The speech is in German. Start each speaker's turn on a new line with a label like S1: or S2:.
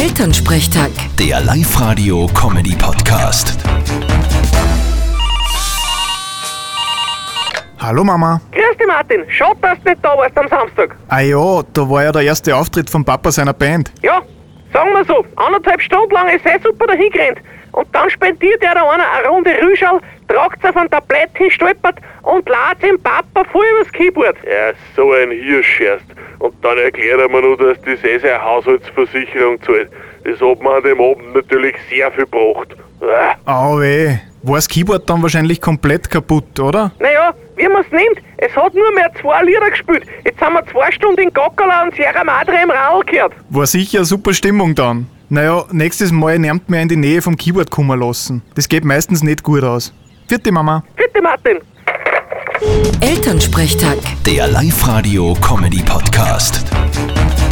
S1: Elternsprechtag.
S2: Der Live-Radio-Comedy-Podcast.
S3: Hallo Mama.
S4: Grüß dich, Martin. Schade, dass du nicht da warst am Samstag.
S3: Ah ja, da war ja der erste Auftritt von Papa seiner Band.
S4: Ja, sagen wir so, anderthalb Stunden lang ist er super dahin gerannt. Und dann spendiert er da einer eine Runde Rüschal, tragt auf ein Tablett hin, stolpert und lädt dem Papa voll übers Keyboard.
S5: Er ist so ein Hirsch erst. Und dann erklärt er mir nur, dass das eh seine Haushaltsversicherung zahlt. Das hat mir an dem Abend natürlich sehr viel gebracht. Ah,
S3: Au weh. War das Keyboard dann wahrscheinlich komplett kaputt, oder?
S4: Naja, wie man es nimmt, es hat nur mehr zwei Lieder gespielt. Jetzt haben wir zwei Stunden in Gackerla und Sierra Madre im Raul gehört.
S3: War sicher super Stimmung dann. Naja, nächstes Mal nervt mir in die Nähe vom Keyboard kommen lassen. Das geht meistens nicht gut aus. Vierte Mama.
S4: Bitte, Martin.
S1: Elternsprechtag.
S2: Der Live-Radio-Comedy-Podcast.